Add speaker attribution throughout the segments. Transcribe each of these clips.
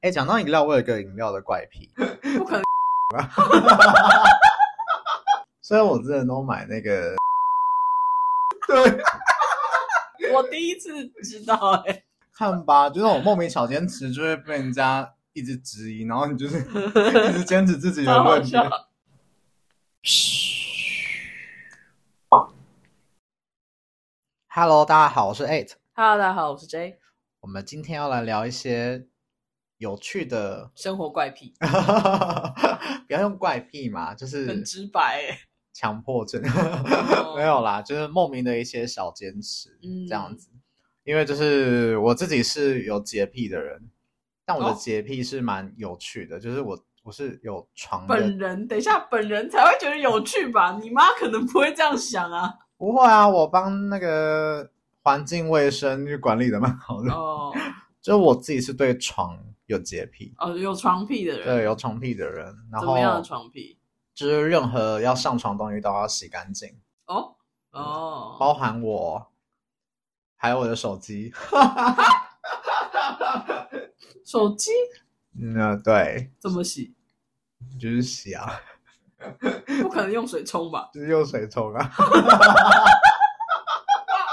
Speaker 1: 哎，讲到饮料，我有一个饮料的怪癖，
Speaker 2: 不可能。
Speaker 1: 虽然我之前都买那个，
Speaker 2: 我第一次知道、 哎，
Speaker 1: 看吧，就是我莫名小坚持，就会被人家一直质疑，然后你就是 一直坚持自己的
Speaker 2: 好好
Speaker 1: 论点。
Speaker 2: 笑。
Speaker 1: Hello，大家好，我是 Eight，
Speaker 2: Hello，大家好，我是 J，
Speaker 1: 我们今天要来聊一些有趣的，
Speaker 2: 生活怪癖
Speaker 1: 不要用怪癖嘛，就
Speaker 2: 很
Speaker 1: 是
Speaker 2: 直白、哎
Speaker 1: 强迫症，
Speaker 2: 哦
Speaker 1: 没有啦，就是莫名的一些小坚持，
Speaker 2: 嗯
Speaker 1: 这样子。因为就是我自己是有洁癖的人，但我的
Speaker 2: 哦
Speaker 1: 洁癖是蛮有趣的，就是我我是有床的
Speaker 2: 本人等一下，本人才会觉得有趣吧？你妈可能不会这样 想啊。
Speaker 1: 不会啊，我帮那个环境卫生去管理的蛮好的。
Speaker 2: 哦
Speaker 1: 就是我自己是对床有洁癖，
Speaker 2: 哦，有床癖的人，
Speaker 1: 对有床癖的人，然
Speaker 2: 怎么样的
Speaker 1: 后
Speaker 2: 床癖？
Speaker 1: 就是任何要上床的东西都要洗干净，
Speaker 2: 哦哦，
Speaker 1: 包含我，还有我的手机。
Speaker 2: 手机
Speaker 1: 嗯，呃对，
Speaker 2: 怎么洗？
Speaker 1: 就是洗啊，
Speaker 2: 不可能用水冲吧？
Speaker 1: 就是用水冲啊。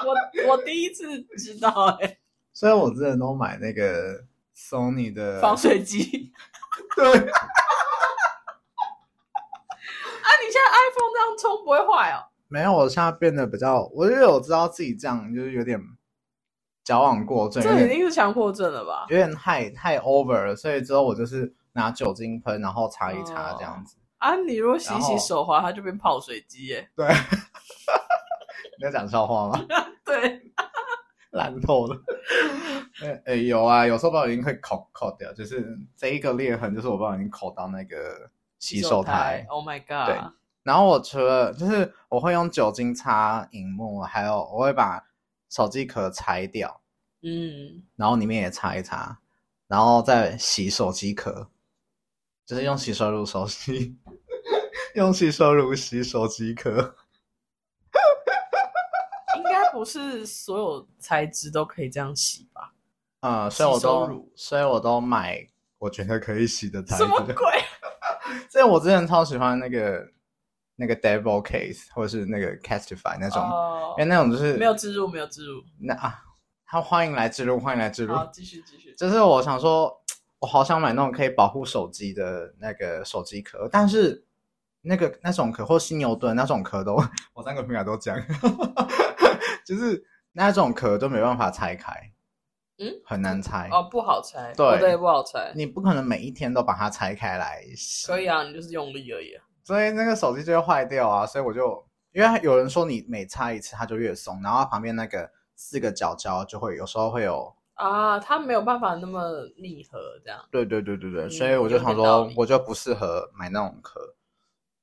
Speaker 2: 我我第一次知道、哎，
Speaker 1: 虽然我之前都买那个 Sony 的
Speaker 2: 防水机。
Speaker 1: 对，
Speaker 2: 啊，你现在 iPhone 这样冲不会坏哦？
Speaker 1: 没有，我现在变得比较，我因为我知道自己这样就是有点矫枉过正，有
Speaker 2: 这
Speaker 1: 点
Speaker 2: 已经是强迫症了吧？
Speaker 1: 有点太太 over 了，所以之后我就是拿酒精喷，然后擦一擦这样子。
Speaker 2: 啊，你如果洗一
Speaker 1: 然
Speaker 2: 洗
Speaker 1: 后
Speaker 2: 手滑，它就变泡水机耶。
Speaker 1: 对， 你在讲笑话吗？
Speaker 2: 对，
Speaker 1: 烂透了。 哎、哎，有啊，有时候不小心会抠抠掉，就是这一个裂痕，就是我不小心抠到那个洗手台。
Speaker 2: Oh my
Speaker 1: 对
Speaker 2: god！
Speaker 1: 然后我除了就是我会用酒精擦荧幕，还有我会把手机壳拆掉，
Speaker 2: 嗯，
Speaker 1: 然后里面也擦一擦，然后再洗手机壳，就是用洗手乳手洗， 用洗手乳洗手机壳。
Speaker 2: 应该不是所有材质都可以这样洗吧？
Speaker 1: 嗯，所以我
Speaker 2: 洗手乳
Speaker 1: 都，所以我都买我觉得可以洗的材
Speaker 2: 什么
Speaker 1: 质。
Speaker 2: 鬼？
Speaker 1: 所以我之前超喜欢那个那个 Devil Case 或者是那个 Castify 那种，
Speaker 2: 哦
Speaker 1: 因为，那种就是
Speaker 2: 没有植入，没有植入。
Speaker 1: 那啊，他欢迎来植入，欢迎来植入。
Speaker 2: 好，继续继续。
Speaker 1: 就是我想说，我好想买那种可以保护手机的那个手机壳，但是那个那种壳或犀牛盾那种壳都， 我三个平台都讲，就是那种壳都没办法拆开，
Speaker 2: 嗯，
Speaker 1: 很难拆。
Speaker 2: 哦，不好拆，
Speaker 1: 对
Speaker 2: 哦对，不好拆。
Speaker 1: 你不可能每一天都把它拆开来洗，
Speaker 2: 可以啊，你就是用力而已啊。
Speaker 1: 所以那个手机就会坏掉啊。所以我就因为有人说你每拆一次它就越松，然后它旁边那个四个角角就会有时候会有
Speaker 2: 啊，它没有办法那么密合，这样
Speaker 1: 对对对对对，
Speaker 2: 嗯
Speaker 1: 所以我就想
Speaker 2: 有点道
Speaker 1: 说
Speaker 2: 理，
Speaker 1: 我就不适合买那种壳。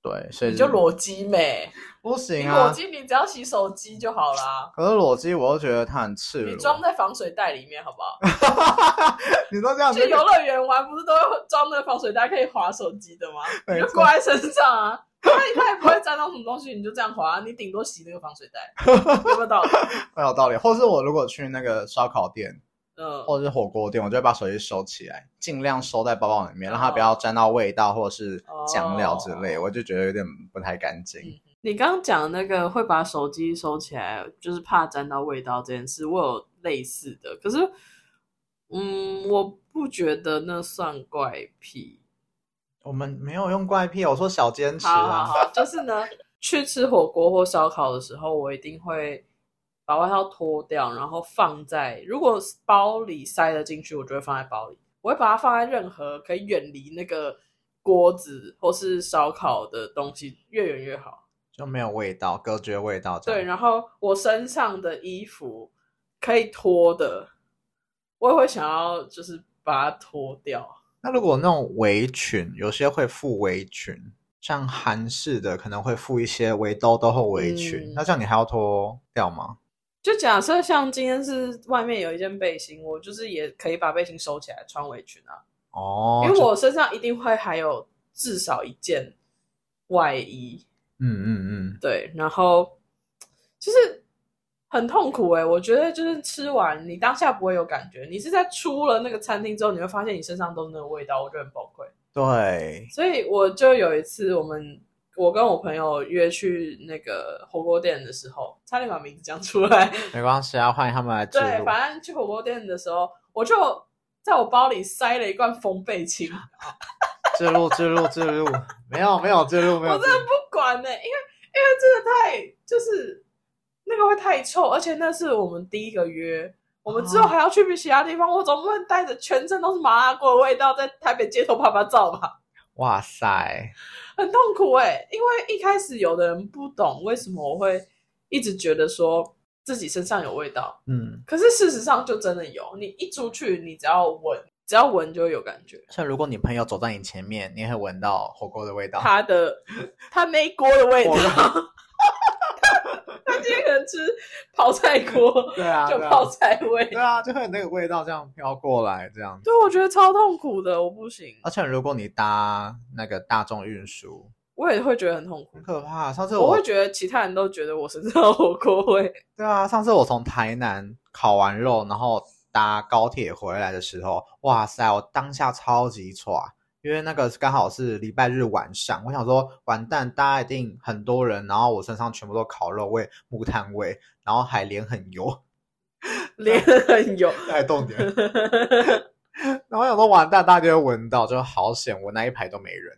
Speaker 1: 对，所以
Speaker 2: 你就裸机呗。
Speaker 1: 不
Speaker 2: 你
Speaker 1: 行
Speaker 2: 裸
Speaker 1: 啊。
Speaker 2: 机，你只要洗手机就好啦。
Speaker 1: 可是裸机，我又觉得它很赤裸。
Speaker 2: 你装在防水袋里面好不好？
Speaker 1: 你说这样子
Speaker 2: 去，游乐园玩不是都会装那个防水袋可以滑手机的吗？
Speaker 1: 没
Speaker 2: 你就
Speaker 1: 错
Speaker 2: 挂在身上啊，它它也不会沾到什么东西，你就这样滑、你顶多洗那个防水袋， 有没有道理？
Speaker 1: 很哎有道理。或是我如果去那个烧烤店
Speaker 2: 嗯，
Speaker 1: 或者是火锅店，我就会把手机收起来，尽量收在包包里面，让它不要沾到味道或者是酱料之类。
Speaker 2: 哦
Speaker 1: 我就觉得有点不太干净。
Speaker 2: 嗯你刚刚讲的那个会把手机收起来，就是怕沾到味道这件事，我有类似的，可是，嗯，我不觉得那算怪癖。
Speaker 1: 我们没有用怪癖，我说小坚持
Speaker 2: 好好
Speaker 1: 啊。
Speaker 2: 好， 就是 呢，去吃火锅或烧烤的时候，我一定会把外套脱掉，然后放在如果包里塞得进去，我就会放在包里。我会把它放在任何可以远离那个锅子或是烧烤的东西，越远越好。
Speaker 1: 就没有味道，隔绝味道这样。
Speaker 2: 对，然后我身上的衣服可以脱的，我也会想要就是把它脱掉。
Speaker 1: 那如果那种围裙，有些会附围裙，像韩式的可能会附一些围兜兜或围裙，
Speaker 2: 嗯
Speaker 1: 那这样你还要脱掉吗？
Speaker 2: 就假设像今天是外面有一件背心，我就是也可以把背心收起来穿围裙啊。
Speaker 1: 哦，
Speaker 2: 因为
Speaker 1: 就
Speaker 2: 我身上一定会还有至少一件外衣，
Speaker 1: 嗯嗯嗯，
Speaker 2: 对，然后就是很痛苦哎、我觉得就是吃完你当下不会有感觉，你是在出了那个餐厅之后，你会发现你身上都是那个味道，我觉得很崩溃。
Speaker 1: 对，
Speaker 2: 所以我就有一次，我们我跟我朋友约去那个火锅店的时候，差点把名字讲出来。
Speaker 1: 没关系啊，欢迎他们来记
Speaker 2: 对，
Speaker 1: 录。
Speaker 2: 反正去火锅店的时候，我就在我包里塞了一罐风贝青，
Speaker 1: 记录记录记录，没有没有记录没有
Speaker 2: 我
Speaker 1: 记
Speaker 2: 真的
Speaker 1: 录，
Speaker 2: 不管呢、因为因为真的太就是那个会太臭，而且那是我们第一个约，我们之后
Speaker 1: 哦
Speaker 2: 还要去其他地方，我总不能带着全身都是麻辣锅的味道在台北街头拍拍照吧，
Speaker 1: 哇塞，
Speaker 2: 很痛苦哎、因为一开始有的人不懂为什么我会一直觉得说自己身上有味道，
Speaker 1: 嗯，
Speaker 2: 可是事实上就真的有，你一出去，你只要闻，只要闻就会有感觉。
Speaker 1: 像如果你朋友走在你前面，你也会闻到火锅的味道。
Speaker 2: 他的他那一锅的味道
Speaker 1: 火。
Speaker 2: 他今天可能吃泡菜锅，
Speaker 1: 对 啊，
Speaker 2: 就
Speaker 1: 对啊
Speaker 2: 泡菜味。
Speaker 1: 对啊，就会有那个味道这样飘过来，这样子。
Speaker 2: 对，我觉得超痛苦的，我不行，
Speaker 1: 而且如果你搭那个大众运输，
Speaker 2: 我也会觉得很痛苦
Speaker 1: 很。可怕。上次
Speaker 2: 我
Speaker 1: 我
Speaker 2: 会觉得其他人都觉得我身上有火锅味，
Speaker 1: 对啊，上次我从台南烤完肉，然后搭高铁回来的时候，哇塞，我当下超级喘，因为那个刚好是礼拜日晚上，我想说完蛋，大家一定很多人，然后我身上全部都烤肉味、木炭味，然后还脸很油，
Speaker 2: 脸 很油。
Speaker 1: 带动 点。然后我想说完蛋，大家就会闻到，就好险，我那一排都没人。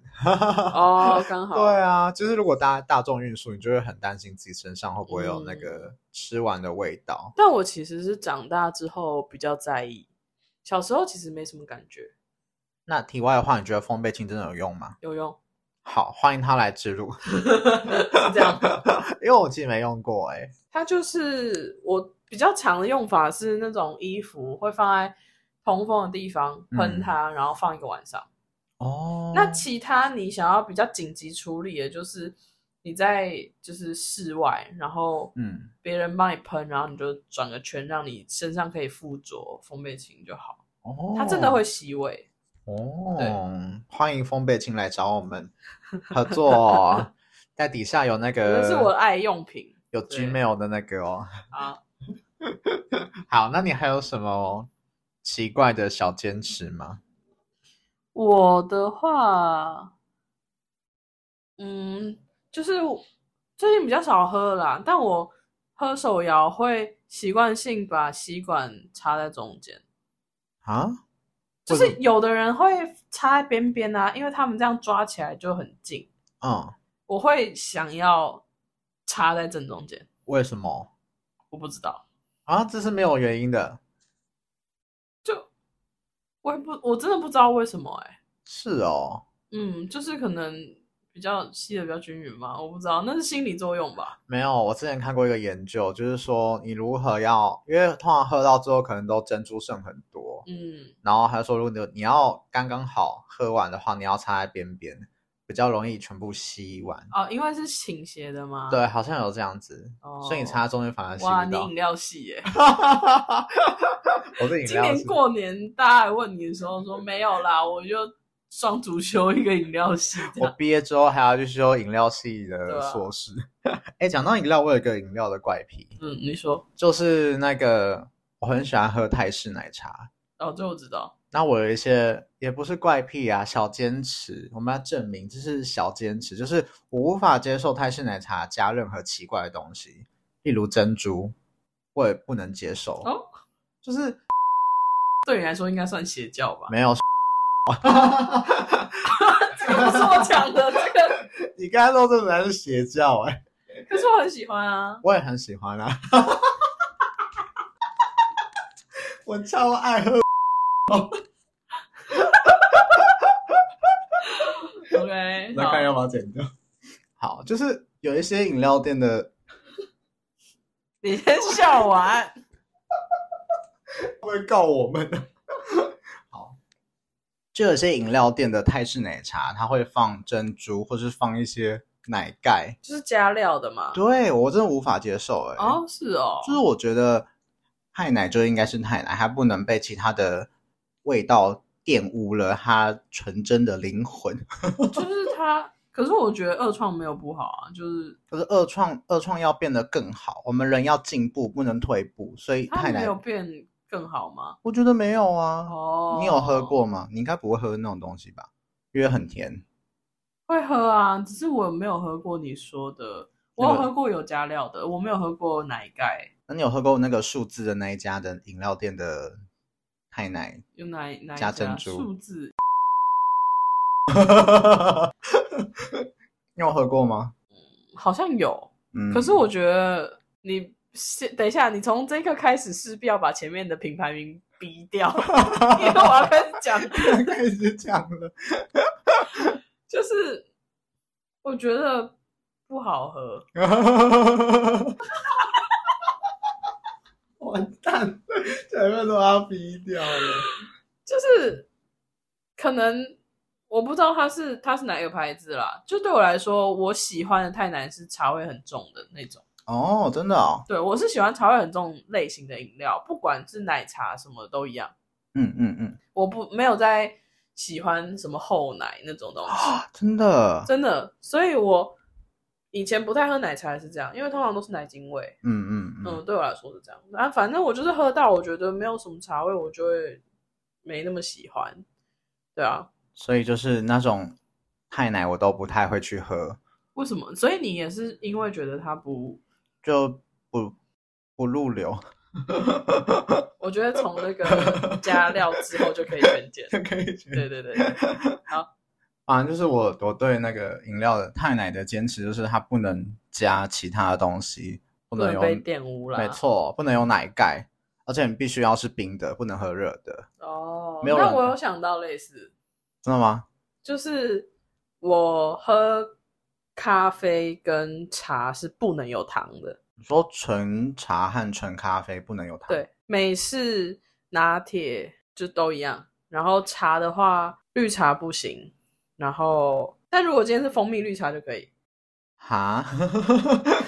Speaker 2: 哦，刚好。
Speaker 1: 对啊，就是如果搭大众运输，你就会很担心自己身上会不会有那个
Speaker 2: 嗯
Speaker 1: 吃完的味道。
Speaker 2: 但我其实是长大之后比较在意，小时候其实没什么感觉，
Speaker 1: 那题外的话，你觉得风贝清真的有用吗？
Speaker 2: 有用
Speaker 1: 好，欢迎他来植入，
Speaker 2: 是 这样。哦
Speaker 1: 因为我自己没用过哎、
Speaker 2: 它就是我比较常的用法是那种衣服会放在通风的地方
Speaker 1: 嗯
Speaker 2: 喷它，然后放一个晚上。
Speaker 1: 哦
Speaker 2: 那其他你想要比较紧急处理的，就是你在就是室外，然后
Speaker 1: 嗯，
Speaker 2: 别人帮你喷，然后你就转个圈，让你身上可以附着风贝琴就好。
Speaker 1: 哦，
Speaker 2: 它真的会吸味，
Speaker 1: 哦，欢迎风贝清来找我们合作、哦，在底下有那
Speaker 2: 这
Speaker 1: 个，
Speaker 2: 是我的爱用品
Speaker 1: 有
Speaker 2: 对
Speaker 1: Gmail 的那个哦。
Speaker 2: 啊。
Speaker 1: 好，那你还有什么奇怪的小坚持吗？
Speaker 2: 我的话，嗯，就是我最近比较少喝了啦，但我喝手摇会习惯性把吸管插在中间，
Speaker 1: 啊，
Speaker 2: 就
Speaker 1: 为什
Speaker 2: 是有的人会插在边边啊，因为他们这样抓起来就很近。
Speaker 1: 嗯，
Speaker 2: 我会想要插在正中间，
Speaker 1: 为什么
Speaker 2: 我不知道，
Speaker 1: 啊？这是没有原因的，
Speaker 2: 我也不，我真的不知道为什么哎、
Speaker 1: 是哦。
Speaker 2: 嗯，就是可能比较吸的比较均匀吧，我不知道，那是心理作用吧。
Speaker 1: 没有，我之前看过一个研究，就是说你如何要，因为通常喝到最后可能都珍珠剩很多，
Speaker 2: 嗯，
Speaker 1: 然后他说，如果你你要刚刚好喝完的话，你要插在边边，比较容易全部吸完。
Speaker 2: 哦，因为是倾斜的嘛。
Speaker 1: 对，好像有这样子，
Speaker 2: 哦
Speaker 1: 所以你插在中间反而吸
Speaker 2: 哇，
Speaker 1: 不
Speaker 2: 你
Speaker 1: 到
Speaker 2: 饮。料系耶！
Speaker 1: 我 是饮
Speaker 2: 今
Speaker 1: 料
Speaker 2: 年
Speaker 1: 是，
Speaker 2: 过年大家来问你的时候说没有啦，我就双足修一个饮料系这
Speaker 1: 我
Speaker 2: 样。
Speaker 1: 毕业之后还要去修饮料系
Speaker 2: 对
Speaker 1: 的
Speaker 2: 啊
Speaker 1: 硕士。哎、讲到饮料，我有一个饮料的怪癖，
Speaker 2: 嗯，你说，
Speaker 1: 就是那个我很喜欢喝泰式奶茶。
Speaker 2: 哦，这我知道。
Speaker 1: 那我有一些也不是怪癖啊，小坚持，我们要证明这是小坚持，就是我无法接受泰式奶茶加任何奇怪的东西，例如珍珠，我也不能接受。
Speaker 2: 哦，
Speaker 1: 就是
Speaker 2: 对你来说应该算邪教吧？
Speaker 1: 没有，
Speaker 2: 这个不是我讲的，这个
Speaker 1: 你刚才说这才是邪教哎、
Speaker 2: 可是我很喜欢啊。
Speaker 1: 我也很喜欢啊， 我超爱喝，
Speaker 2: OK，
Speaker 1: 来
Speaker 2: 好
Speaker 1: 看要不要剪掉。好，就是有一些饮料店的，
Speaker 2: 你先笑完。
Speaker 1: 会告我们的。 好，就有些饮料店的泰式奶茶，它会放珍珠，或是放一些奶盖。
Speaker 2: 就是加料的嘛。
Speaker 1: 对我真的无法接受哎、
Speaker 2: 哦，是哦，
Speaker 1: 就是我觉得太奶就应该是太奶，它不能被其他的味道玷污了它纯真的灵魂。
Speaker 2: 就是它可是我觉得二创没有不好啊，就是
Speaker 1: 可是二创二创要变得更好，我们人要进步，不能退步，所以
Speaker 2: 它
Speaker 1: 太
Speaker 2: 没
Speaker 1: 难
Speaker 2: 有。变更好吗？
Speaker 1: 我觉得没有啊。
Speaker 2: 哦，
Speaker 1: 你有喝？过吗？你应该不会喝那种东西吧？因为很甜。
Speaker 2: 会喝啊，只是我没有喝过你说的，我有
Speaker 1: 那个
Speaker 2: 喝过有加料的，我没有喝过奶盖，
Speaker 1: 那你有喝过那个数字的那一家的饮料店的太奶？
Speaker 2: 有奶奶
Speaker 1: 加珍珠
Speaker 2: 数字，
Speaker 1: 你有喝过吗？
Speaker 2: 好像有。
Speaker 1: 嗯，
Speaker 2: 可 是我觉得你先等一下，你从这个开始势必要把前面的品牌名逼掉，因为我要开始讲，
Speaker 1: 开始讲了。
Speaker 2: 就是我觉得不好喝。
Speaker 1: 完蛋了，前面都要逼掉了。
Speaker 2: 就是可能我不知道它是它是哪个牌子啦。就对我来说，我喜欢的太难是茶味很重的那种。
Speaker 1: 哦，真的哦，
Speaker 2: 对我是喜欢茶味很重类型的饮料，不管是奶茶什么都一样。
Speaker 1: 嗯嗯嗯，
Speaker 2: 我不没有在喜欢什么厚奶那种东西，
Speaker 1: 啊，真的，
Speaker 2: 真的。所以我以前不太喝奶茶也是这样，因为通常都是奶精味。
Speaker 1: 嗯嗯嗯，
Speaker 2: 嗯，对我来说是这样。啊，反正我就是喝到我觉得没有什么茶味，我就会没那么喜欢。对啊，
Speaker 1: 所以就是那种太奶我都不太会去喝，
Speaker 2: 为什么？所以你也是因为觉得它不，
Speaker 1: 就不不入流，
Speaker 2: 我觉得从那个加料之后就可以全减。
Speaker 1: 可以觉得
Speaker 2: 对对 对，对
Speaker 1: 反正就是我我对那个饮料的太奶的坚持就是它不能加其他的东西，不
Speaker 2: 不
Speaker 1: 能
Speaker 2: 能
Speaker 1: 有，
Speaker 2: 被玷污啦。
Speaker 1: 没错，不能有奶盖，而且你必须要是冰的，不能喝热的，
Speaker 2: 哦，
Speaker 1: 没有人
Speaker 2: 那我有想到类似，
Speaker 1: 真的吗？
Speaker 2: 就是我喝咖啡跟茶是不能有糖的，
Speaker 1: 你说纯茶和纯咖啡不能有糖，，
Speaker 2: 对，美式、拿铁就都一样。然后茶的话，绿茶不行。然后，但如果今天是蜂蜜绿茶就可以。
Speaker 1: 哈，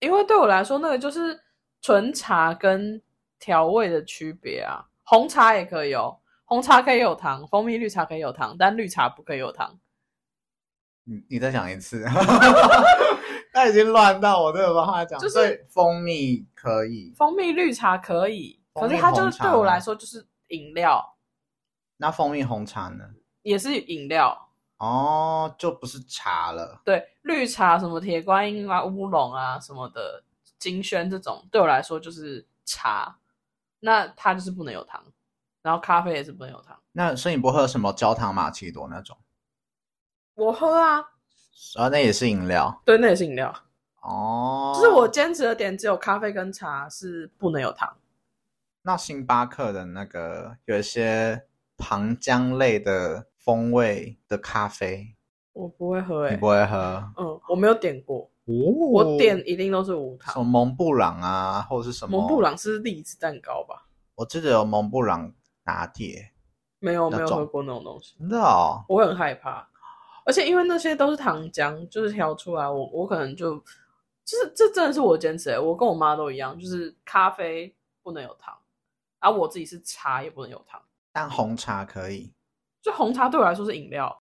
Speaker 2: 因为对我来说，那个就是纯茶跟调味的区别啊。红茶也可以哦，红茶可以有糖，蜂蜜绿茶可以有糖，但绿茶不可以有糖。
Speaker 1: 你你再讲一次，他已经乱到我真的不知道他在讲，
Speaker 2: 就是
Speaker 1: 所以蜂蜜可以，
Speaker 2: 蜂蜜绿茶可以，可
Speaker 1: 蜂蜜
Speaker 2: 是它就是
Speaker 1: 红茶
Speaker 2: 对我来说就是饮料，
Speaker 1: 那蜂蜜红茶呢？
Speaker 2: 也是饮料。
Speaker 1: 哦，就不是茶了，
Speaker 2: 对，绿茶什么铁观音啊、乌龙啊什么的，金萱这种对我来说就是茶，那它就是不能有糖，然后咖啡也是不能有糖。
Speaker 1: 那所以你不喝什么焦糖玛奇朵那种，
Speaker 2: 我喝啊，
Speaker 1: 啊，那也是饮料
Speaker 2: 对，那也是饮料。
Speaker 1: 哦。
Speaker 2: 就是我坚持的点，只有咖啡跟茶是不能有糖。
Speaker 1: 那星巴克的那个有一些糖浆类的风味的咖啡，
Speaker 2: 我不会喝诶、欸
Speaker 1: 你不会喝？
Speaker 2: 嗯，我没有点过，
Speaker 1: 我
Speaker 2: 我点一定都是无
Speaker 1: 什
Speaker 2: 糖
Speaker 1: 么。蒙布朗啊，或者是什么
Speaker 2: 蒙布，朗是栗子蛋糕吧？
Speaker 1: 我记得有蒙布朗拿铁，
Speaker 2: 没有，
Speaker 1: 那
Speaker 2: 没
Speaker 1: 种
Speaker 2: 有喝过那种东西，
Speaker 1: 真的哦。
Speaker 2: 我会很害怕。而且因为那些都是糖浆，就是调出来，我我可能就，就是这真的是我坚持、欸，我跟我妈都一样，就是咖啡不能有糖，啊，我自己是茶也不能有糖，
Speaker 1: 但红茶可以
Speaker 2: 就红茶对我来说是饮料，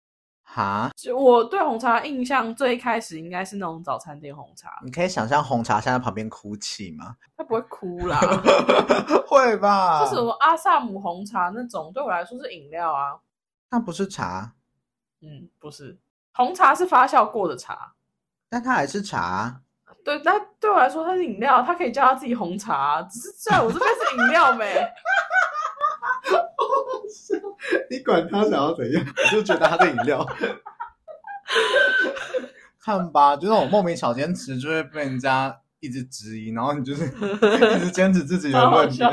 Speaker 1: 哈？
Speaker 2: 就我对红茶的印象最开始应该是那种早餐店红茶，
Speaker 1: 你可以想象红茶现在旁边哭泣吗？
Speaker 2: 它不会哭啦，
Speaker 1: 会吧？
Speaker 2: 就是什么阿萨姆红茶那种，对我来说是饮料啊。
Speaker 1: 那不是茶，
Speaker 2: 嗯，不是，红茶是发酵过的茶，
Speaker 1: 但它还是茶。啊
Speaker 2: 对，但对我来说它是饮料，它可以叫它自己红茶啊，只是在我这边是饮料没。
Speaker 1: 你管他想要怎样， 我就觉得它是饮料。 看吧，就是我莫名小坚持，就会被人家一直质疑，然后你 就是一直坚持自己的
Speaker 2: 好好
Speaker 1: 论点
Speaker 2: 笑，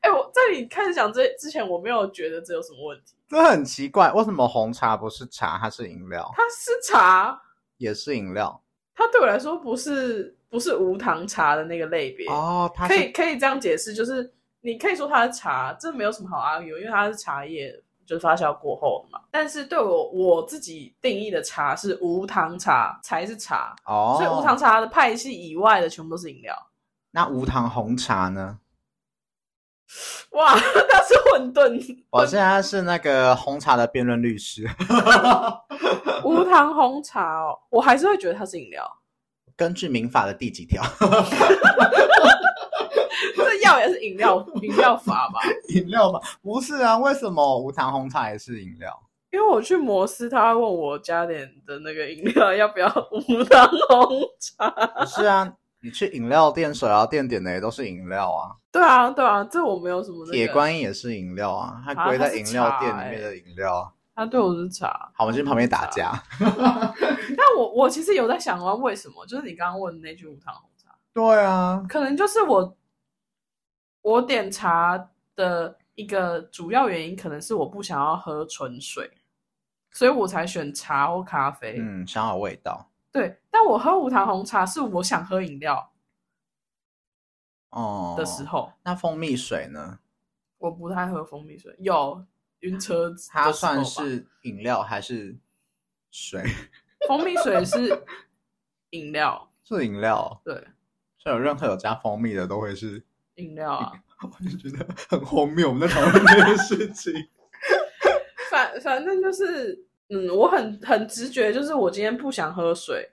Speaker 2: 哎、我在你开始讲这之前，我没有觉得这有什么问题，
Speaker 1: 这很奇怪。为什么红茶不是茶，它是饮料，
Speaker 2: 它是茶，
Speaker 1: 也是饮料？
Speaker 2: 它对我来说不是不是无糖茶的那个类别。
Speaker 1: 哦，它
Speaker 2: 可
Speaker 1: 是
Speaker 2: 以可以这样解释，就是你可以说它是茶，这没有什么好 argue，因为它是茶叶，就是发酵过后的嘛。但是对我我自己定义的茶是无糖茶才是茶，
Speaker 1: 哦，
Speaker 2: 所以无糖茶的派系以外的全部都是饮料。
Speaker 1: 那无糖红茶呢？
Speaker 2: 哇， 它是混沌
Speaker 1: 我现在是那个红茶的辩论律师，
Speaker 2: 无糖红茶哦，我还是会觉得它是饮料。
Speaker 1: 根据民法的第几条？
Speaker 2: 这药也是饮 料，饮料法吧？
Speaker 1: 饮料吧？不是啊，为什么无糖红茶也是饮料？
Speaker 2: 因为我去摩斯，他问我加点的那个饮料要不要无糖红茶。
Speaker 1: 不是啊，你去饮料店、手摇店点的也都是饮料啊，
Speaker 2: 对啊，对啊，这我没有什么、那个。
Speaker 1: 铁观音也是饮料啊，它
Speaker 2: 啊
Speaker 1: 归
Speaker 2: 它
Speaker 1: 在
Speaker 2: 是
Speaker 1: 饮料
Speaker 2: 茶
Speaker 1: 店里
Speaker 2: 欸
Speaker 1: 面的饮料啊。
Speaker 2: 他对我是茶，
Speaker 1: 好，我们去旁边打架。
Speaker 2: 但我我其实有在想啊，为什么？就是你刚刚问的那句无糖红茶，
Speaker 1: 对啊，
Speaker 2: 可能就是我我点茶的一个主要原因，可能是我不想要喝纯水，所以我才选茶或咖啡。
Speaker 1: 嗯，想要有味道。
Speaker 2: 对，但我喝无糖红茶是我想喝饮料
Speaker 1: 哦、
Speaker 2: 的时候，
Speaker 1: 那蜂蜜水呢？
Speaker 2: 我不太喝蜂蜜水，有晕车的时候吧。
Speaker 1: 它算是饮料还是水？
Speaker 2: 蜂蜜水是饮料，
Speaker 1: 是饮料，
Speaker 2: 对，
Speaker 1: 所以有任何有加蜂蜜的都会是。
Speaker 2: 饮料啊。
Speaker 1: 我就觉得很荒谬，我们在讨论这件事情。
Speaker 2: 反反正就是，嗯，我很很直觉，就是我今天不想喝水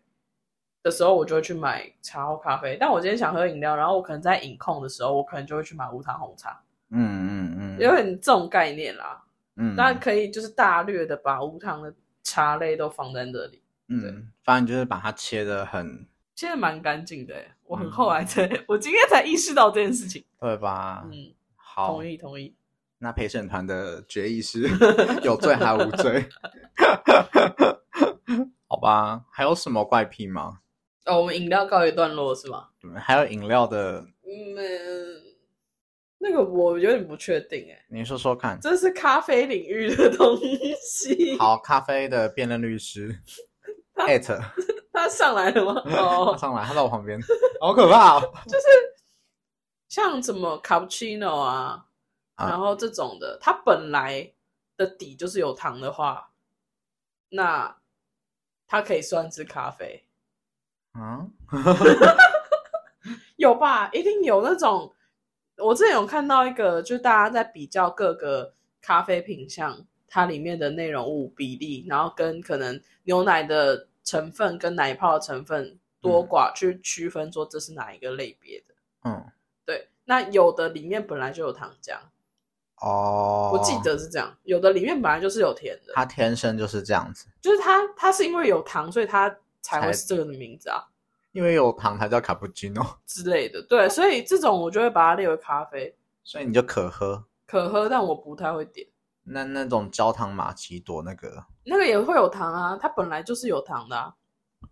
Speaker 2: 的时候，我就会去买茶或咖啡；但我今天想喝饮料，然后我可能在饮控的时候，我可能就会去买无糖红茶，
Speaker 1: 嗯嗯
Speaker 2: 有点这种概念啦。
Speaker 1: 嗯
Speaker 2: 当然可以，就是大略的把无糖的茶类都放在这里，
Speaker 1: 嗯，反正就是把它切的很，
Speaker 2: 现在蛮干净的欸。我
Speaker 1: 嗯
Speaker 2: 很后来才， 我今天才意识到这件事情。
Speaker 1: 对吧？
Speaker 2: 嗯，
Speaker 1: 好
Speaker 2: 同，意同意。
Speaker 1: 那陪审团的决议是有罪还无罪？ 好吧，还有什么怪癖吗？
Speaker 2: 哦，我们饮料告一段落是吗？
Speaker 1: 对还有饮料的，
Speaker 2: 嗯，那个我有点不确定哎。
Speaker 1: 你说说看。
Speaker 2: 这是咖啡领域的东西。
Speaker 1: 好，咖啡的辩论律师艾特
Speaker 2: 他上来 了吗？
Speaker 1: 他
Speaker 2: 哦，
Speaker 1: 上来，他在我 旁边，好可怕、哦！
Speaker 2: 像什么卡布奇诺啊，
Speaker 1: 啊
Speaker 2: 然后这种的，它本来的底就是有糖的话，那它可以算是咖啡，
Speaker 1: 啊，
Speaker 2: 有吧？一定有那种。我之前有看到一个，就是大家在比较各个咖啡品相它里面的内容物比例，然后跟可能牛奶的成分跟奶泡的成分多寡去区分，说这是哪一个类别的。
Speaker 1: 嗯，
Speaker 2: 对，那有的里面本来就有糖浆，
Speaker 1: 哦，啊
Speaker 2: 我记得是这样，有的里面本来就是有甜的，
Speaker 1: 他天生就是这样子，
Speaker 2: 就是它它是因为有糖，所以它才
Speaker 1: 才
Speaker 2: 会是这个的名字啊
Speaker 1: 因为有糖才叫卡布奇诺，
Speaker 2: 之类的。对，所以这种我就会把它列为咖啡
Speaker 1: 所以你就可喝。
Speaker 2: 可喝，但我不太会点。
Speaker 1: 那那种焦糖玛奇朵那个，
Speaker 2: 那个也会有糖啊，它本来就是有糖的、啊，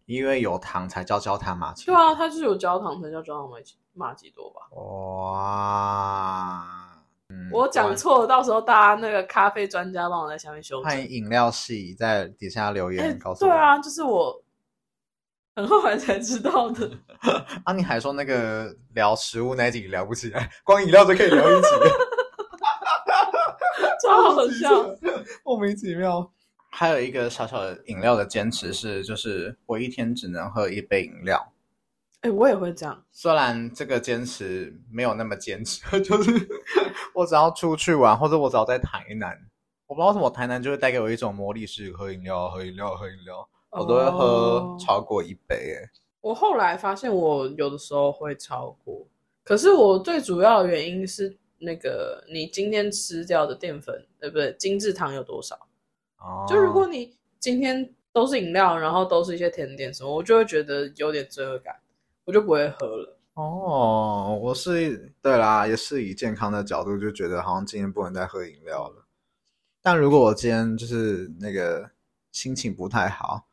Speaker 1: 因为有糖才叫焦糖玛奇
Speaker 2: 对
Speaker 1: 朵。
Speaker 2: 啊，它就是有焦糖才叫焦糖玛奇玛奇朵吧？
Speaker 1: 哇，嗯
Speaker 2: 我讲错了，到时候大家那个咖啡专家帮我在下面修
Speaker 1: 欢
Speaker 2: 正。
Speaker 1: 迎饮料系在底下留
Speaker 2: 哎
Speaker 1: 言告诉
Speaker 2: 对
Speaker 1: 我。
Speaker 2: 啊，就是我很后来才知道 的。
Speaker 1: 啊，你还说那个聊食物那一集聊不起来，光饮料就可以聊一集，
Speaker 2: 超 好笑，
Speaker 1: 莫名其妙。还有一个小小的饮料的坚持是，就是我一天只能喝一杯饮料。
Speaker 2: 哎、我也会这样。
Speaker 1: 虽然这个坚持没有那么坚持， 就是我只要出去玩，或者我只要在台南，我不知道为什么台南就会带给我一种魔力是喝饮料、喝饮料、喝饮料，我都会喝
Speaker 2: 哦
Speaker 1: 超过一杯耶。
Speaker 2: 我后来发现，我有的时候会超过，可是我最主要的原因是那个你今天吃掉的淀粉，呃，不对，精制糖有多少？
Speaker 1: 哦，
Speaker 2: 就如果你今天都是饮料，然后都是一些甜点什么，我就会觉得有点罪恶感，我就不会喝了。
Speaker 1: 哦，我是对啦，也是以健康的角度就觉得好像今天不能再喝饮料了。但如果我今天就是那个心情不太好，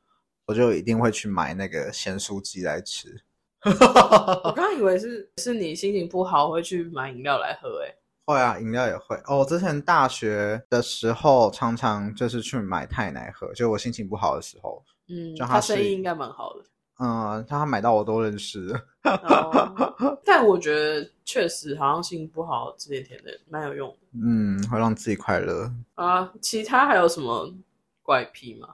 Speaker 1: 我就一定会去买那个咸酥鸡来吃。哦
Speaker 2: 我刚刚以为是是你心情不好会去买饮料来喝、欸，
Speaker 1: 会啊，饮料也会哦。我之前大学的时候，常常就是去买太奶喝，就我心情不好的时候，
Speaker 2: 嗯，
Speaker 1: 就它
Speaker 2: 他
Speaker 1: 是
Speaker 2: 生意应该蛮好的。
Speaker 1: 嗯，他买到我都认识了。
Speaker 2: 哦但我觉得确实好像心情不好吃点甜的蛮有用的。
Speaker 1: 嗯，会让自己快乐。
Speaker 2: 啊，其他还有什么怪癖吗？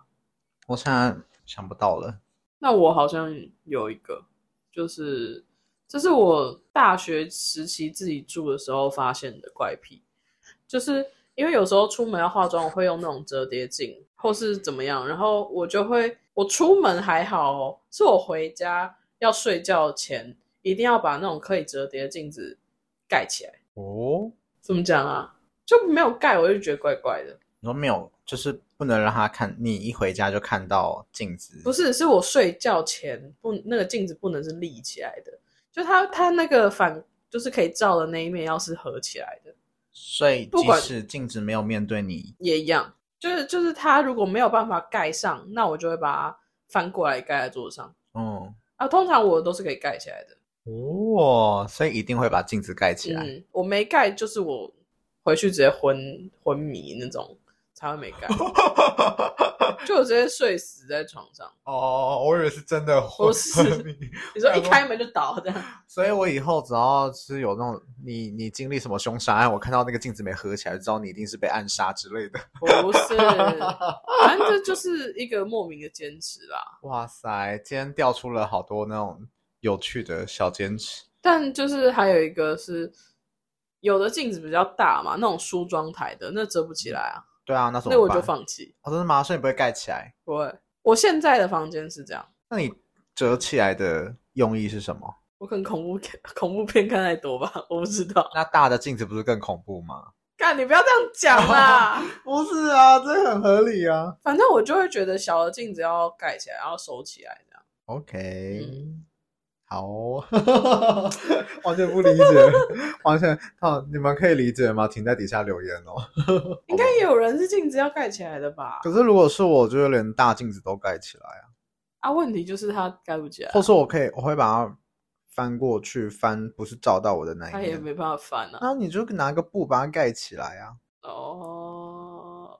Speaker 1: 我现在想不到了，
Speaker 2: 那我好像有一个，就是这是我大学时期自己住的时候发现的怪癖，就是因为有时候出门要化妆，我会用那种折叠镜或是怎么样，然后我就会，我出门还好哦，是我回家要睡觉前一定要把那种可以折叠的镜子盖起来。
Speaker 1: 哦，
Speaker 2: 怎么讲啊？就没有盖，我就觉得怪怪的。
Speaker 1: 你说没有，就是不能让他看你一回家就看到镜子，
Speaker 2: 不是，是我睡觉前不那个镜子不能是立起来的，就它它那个反就是可以照的那一面要是合起来的
Speaker 1: 所以
Speaker 2: 不
Speaker 1: 即
Speaker 2: 管
Speaker 1: 使镜子没有面对你，
Speaker 2: 也一样。就是就是它如果没有办法盖上，那我就会把它翻过来盖在桌上。
Speaker 1: 嗯，
Speaker 2: 啊，通常我都是可以盖起来的。
Speaker 1: 哦，所以一定会把镜子盖起来。
Speaker 2: 嗯，我没盖就是我回去直接昏昏迷那种才会没盖，就我直接睡死在床上。
Speaker 1: 哦，我以为是真的昏
Speaker 2: 不是
Speaker 1: 迷，
Speaker 2: 你说一开门就倒这样。
Speaker 1: 所以我以后只要是有那种你你经历什么凶杀案，我看到那个镜子没合起来，就知道你一定是被暗杀之类的。
Speaker 2: 不是，反正这就是一个莫名的坚持啦。
Speaker 1: 哇塞，今天调出了好多那种有趣的小坚持。
Speaker 2: 但就是还有一个是，有的镜子比较大嘛，那种梳妆台的那折不起来啊，
Speaker 1: 对啊，那怎
Speaker 2: 那
Speaker 1: 么
Speaker 2: 我
Speaker 1: 办？
Speaker 2: 就放弃。
Speaker 1: 哦，真的吗？所以你不会盖起来？
Speaker 2: 不会，我现在的房间是这样，
Speaker 1: 那你折起来的用意是什么？
Speaker 2: 我可能恐怖恐怖片看太多吧，我不知道。
Speaker 1: 那大的镜子不是更恐怖吗？
Speaker 2: 干，你不要这样 讲啦。
Speaker 1: 不是啊，这很合理啊。
Speaker 2: 反正我就会觉得小的镜子要盖起来，然后收起来这样。
Speaker 1: OK，、
Speaker 2: 嗯
Speaker 1: 好哦， 完全不理解， 完全好，你们可以理解吗？请在底下留言哦。
Speaker 2: 应该也有人是镜子要盖起来的吧？
Speaker 1: 可是如果是我，就是连大镜子都盖起来啊，
Speaker 2: 啊，问题就是它盖不起来啊
Speaker 1: 或，是我可以，我会把它翻过去翻，不是照到我的那
Speaker 2: 它
Speaker 1: 一
Speaker 2: 也
Speaker 1: 面。
Speaker 2: 没办法翻啊。
Speaker 1: 那你就拿个布把它盖起来啊。
Speaker 2: 哦，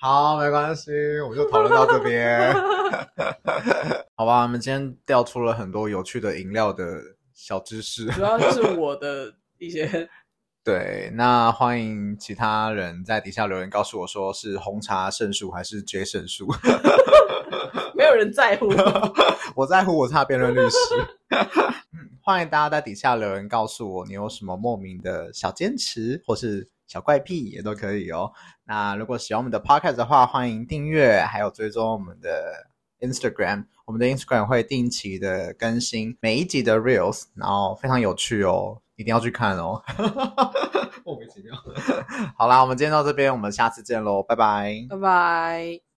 Speaker 1: 好，没关系，我们就讨论到这边， 好吧？我们今天调出了很多有趣的饮料的小知识。
Speaker 2: 主要就是我的一些
Speaker 1: 对，那欢迎其他人在底下留言告诉我说是红茶圣树还是 J 圣树，
Speaker 2: 没有人在乎。
Speaker 1: 我在乎我是他辩论律师。嗯，欢迎大家在底下留言告诉我你有什么莫名的小坚持或是小怪癖也都可以哦。那如果喜欢我们的 podcast 的话，欢迎订阅，还有追踪我们的 Instagram。我们的 Instagram 会定期的更新每一集的 reels，然后非常有趣哦，一定要去看哦。 莫名其妙。好啦，我们今天到这边，我们下次见喽，拜拜。
Speaker 2: 拜拜。